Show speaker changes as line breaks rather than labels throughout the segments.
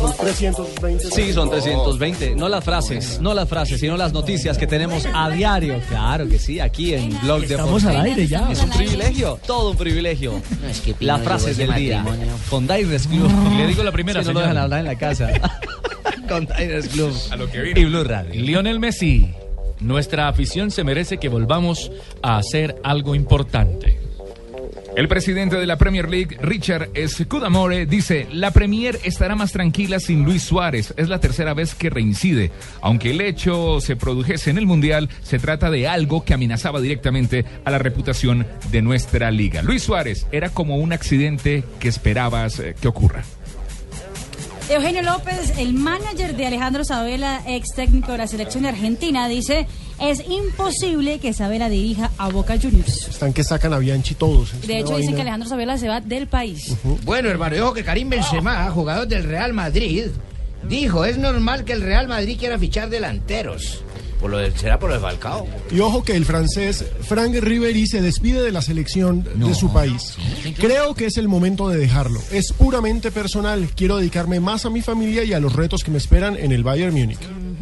Son 320.
Sí, son 320. No las frases, no las frases, sino las noticias que tenemos a diario. Claro que sí, aquí en Blog de
Estamos al aire ya.
Es un privilegio, todo un privilegio. las frases del día. Con Diners Club. Le digo la primera. no lo dejan hablar en la casa. Con Diners Club.
A lo que vino.
Y Blue Radio.
Lionel Messi, nuestra afición se merece que volvamos a hacer algo importante.
El presidente de la Premier League, Richard Scudamore, dice, la Premier estará más tranquila sin Luis Suárez. Es la tercera vez que reincide. Aunque el hecho se produjese en el Mundial, se trata de algo que amenazaba directamente a la reputación de nuestra liga. Luis Suárez era como un accidente que esperabas eh, que ocurra.
Eugenio López, el manager de Alejandro Sabela, ex técnico de la selección argentina, dice, es imposible que Sabela dirija a Boca Juniors.
Están que sacan a Bianchi todos. Es
De hecho,
una
dicen que
vaina.
Alejandro Sabela se va del país.
Bueno, hermano, dijo que Karim Benzema, jugador del Real Madrid, dijo, es normal que el Real Madrid quiera fichar delanteros. Por lo del- será por el Falcao.
Y ojo que el francés Frank Ribery se despide de la selección de su país. Creo que es el momento de dejarlo. Es puramente personal. Quiero dedicarme más a mi familia y a los retos que me esperan en el Bayern Múnich.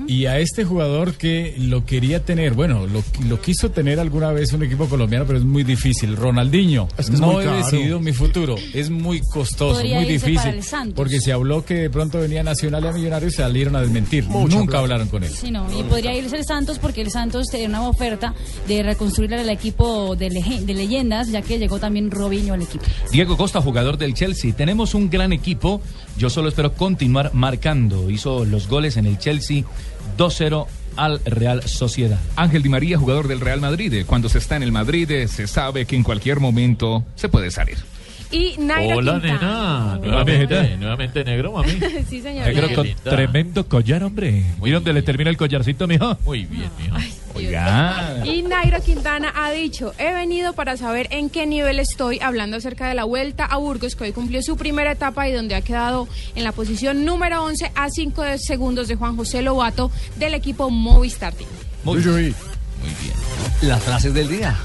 Y a este jugador que lo quería tener, bueno, lo, lo quiso tener alguna vez un equipo colombiano, pero es muy difícil. Ronaldinho,
Es que es
no
muy
he
caro.
decidido mi futuro, es muy costoso,
Podría
muy
irse para
difícil.
el Santos.
Porque se habló que de pronto venía Nacional y a Millonarios, salieron a desmentir. Nunca hablaron con él.
Sí, no, y podría irse el Santos porque el Santos tenía una oferta de reconstruir al equipo de, lege- de leyendas, ya que llegó también Robinho al equipo.
Diego Costa, jugador del Chelsea. Tenemos un gran equipo. Yo solo espero continuar marcando. Hizo los goles en el Chelsea 2-0 al Real Sociedad.
Ángel Di María, jugador del Real Madrid. eh, Cuando se está en el Madrid, eh, se sabe Ah, que en cualquier momento se puede salir.
Y Nairo
Hola,
Quintana.
nena. Nuevamente, nuevamente negro, mami.
Sí, señor.
Negro
Qué
con
linda.
tremendo collar, hombre. ¿Mira dónde le termina el collarcito, mijo?
Muy bien, mijo.
Oiga.
Y Nairo Quintana ha dicho, he venido para saber en qué nivel estoy, hablando acerca de la vuelta a Burgos, que hoy cumplió su primera etapa y donde ha quedado en la posición número 11 a 5 segundos de Juan José Lobato del equipo Movistar Team.
Muy bien. Las frases del día.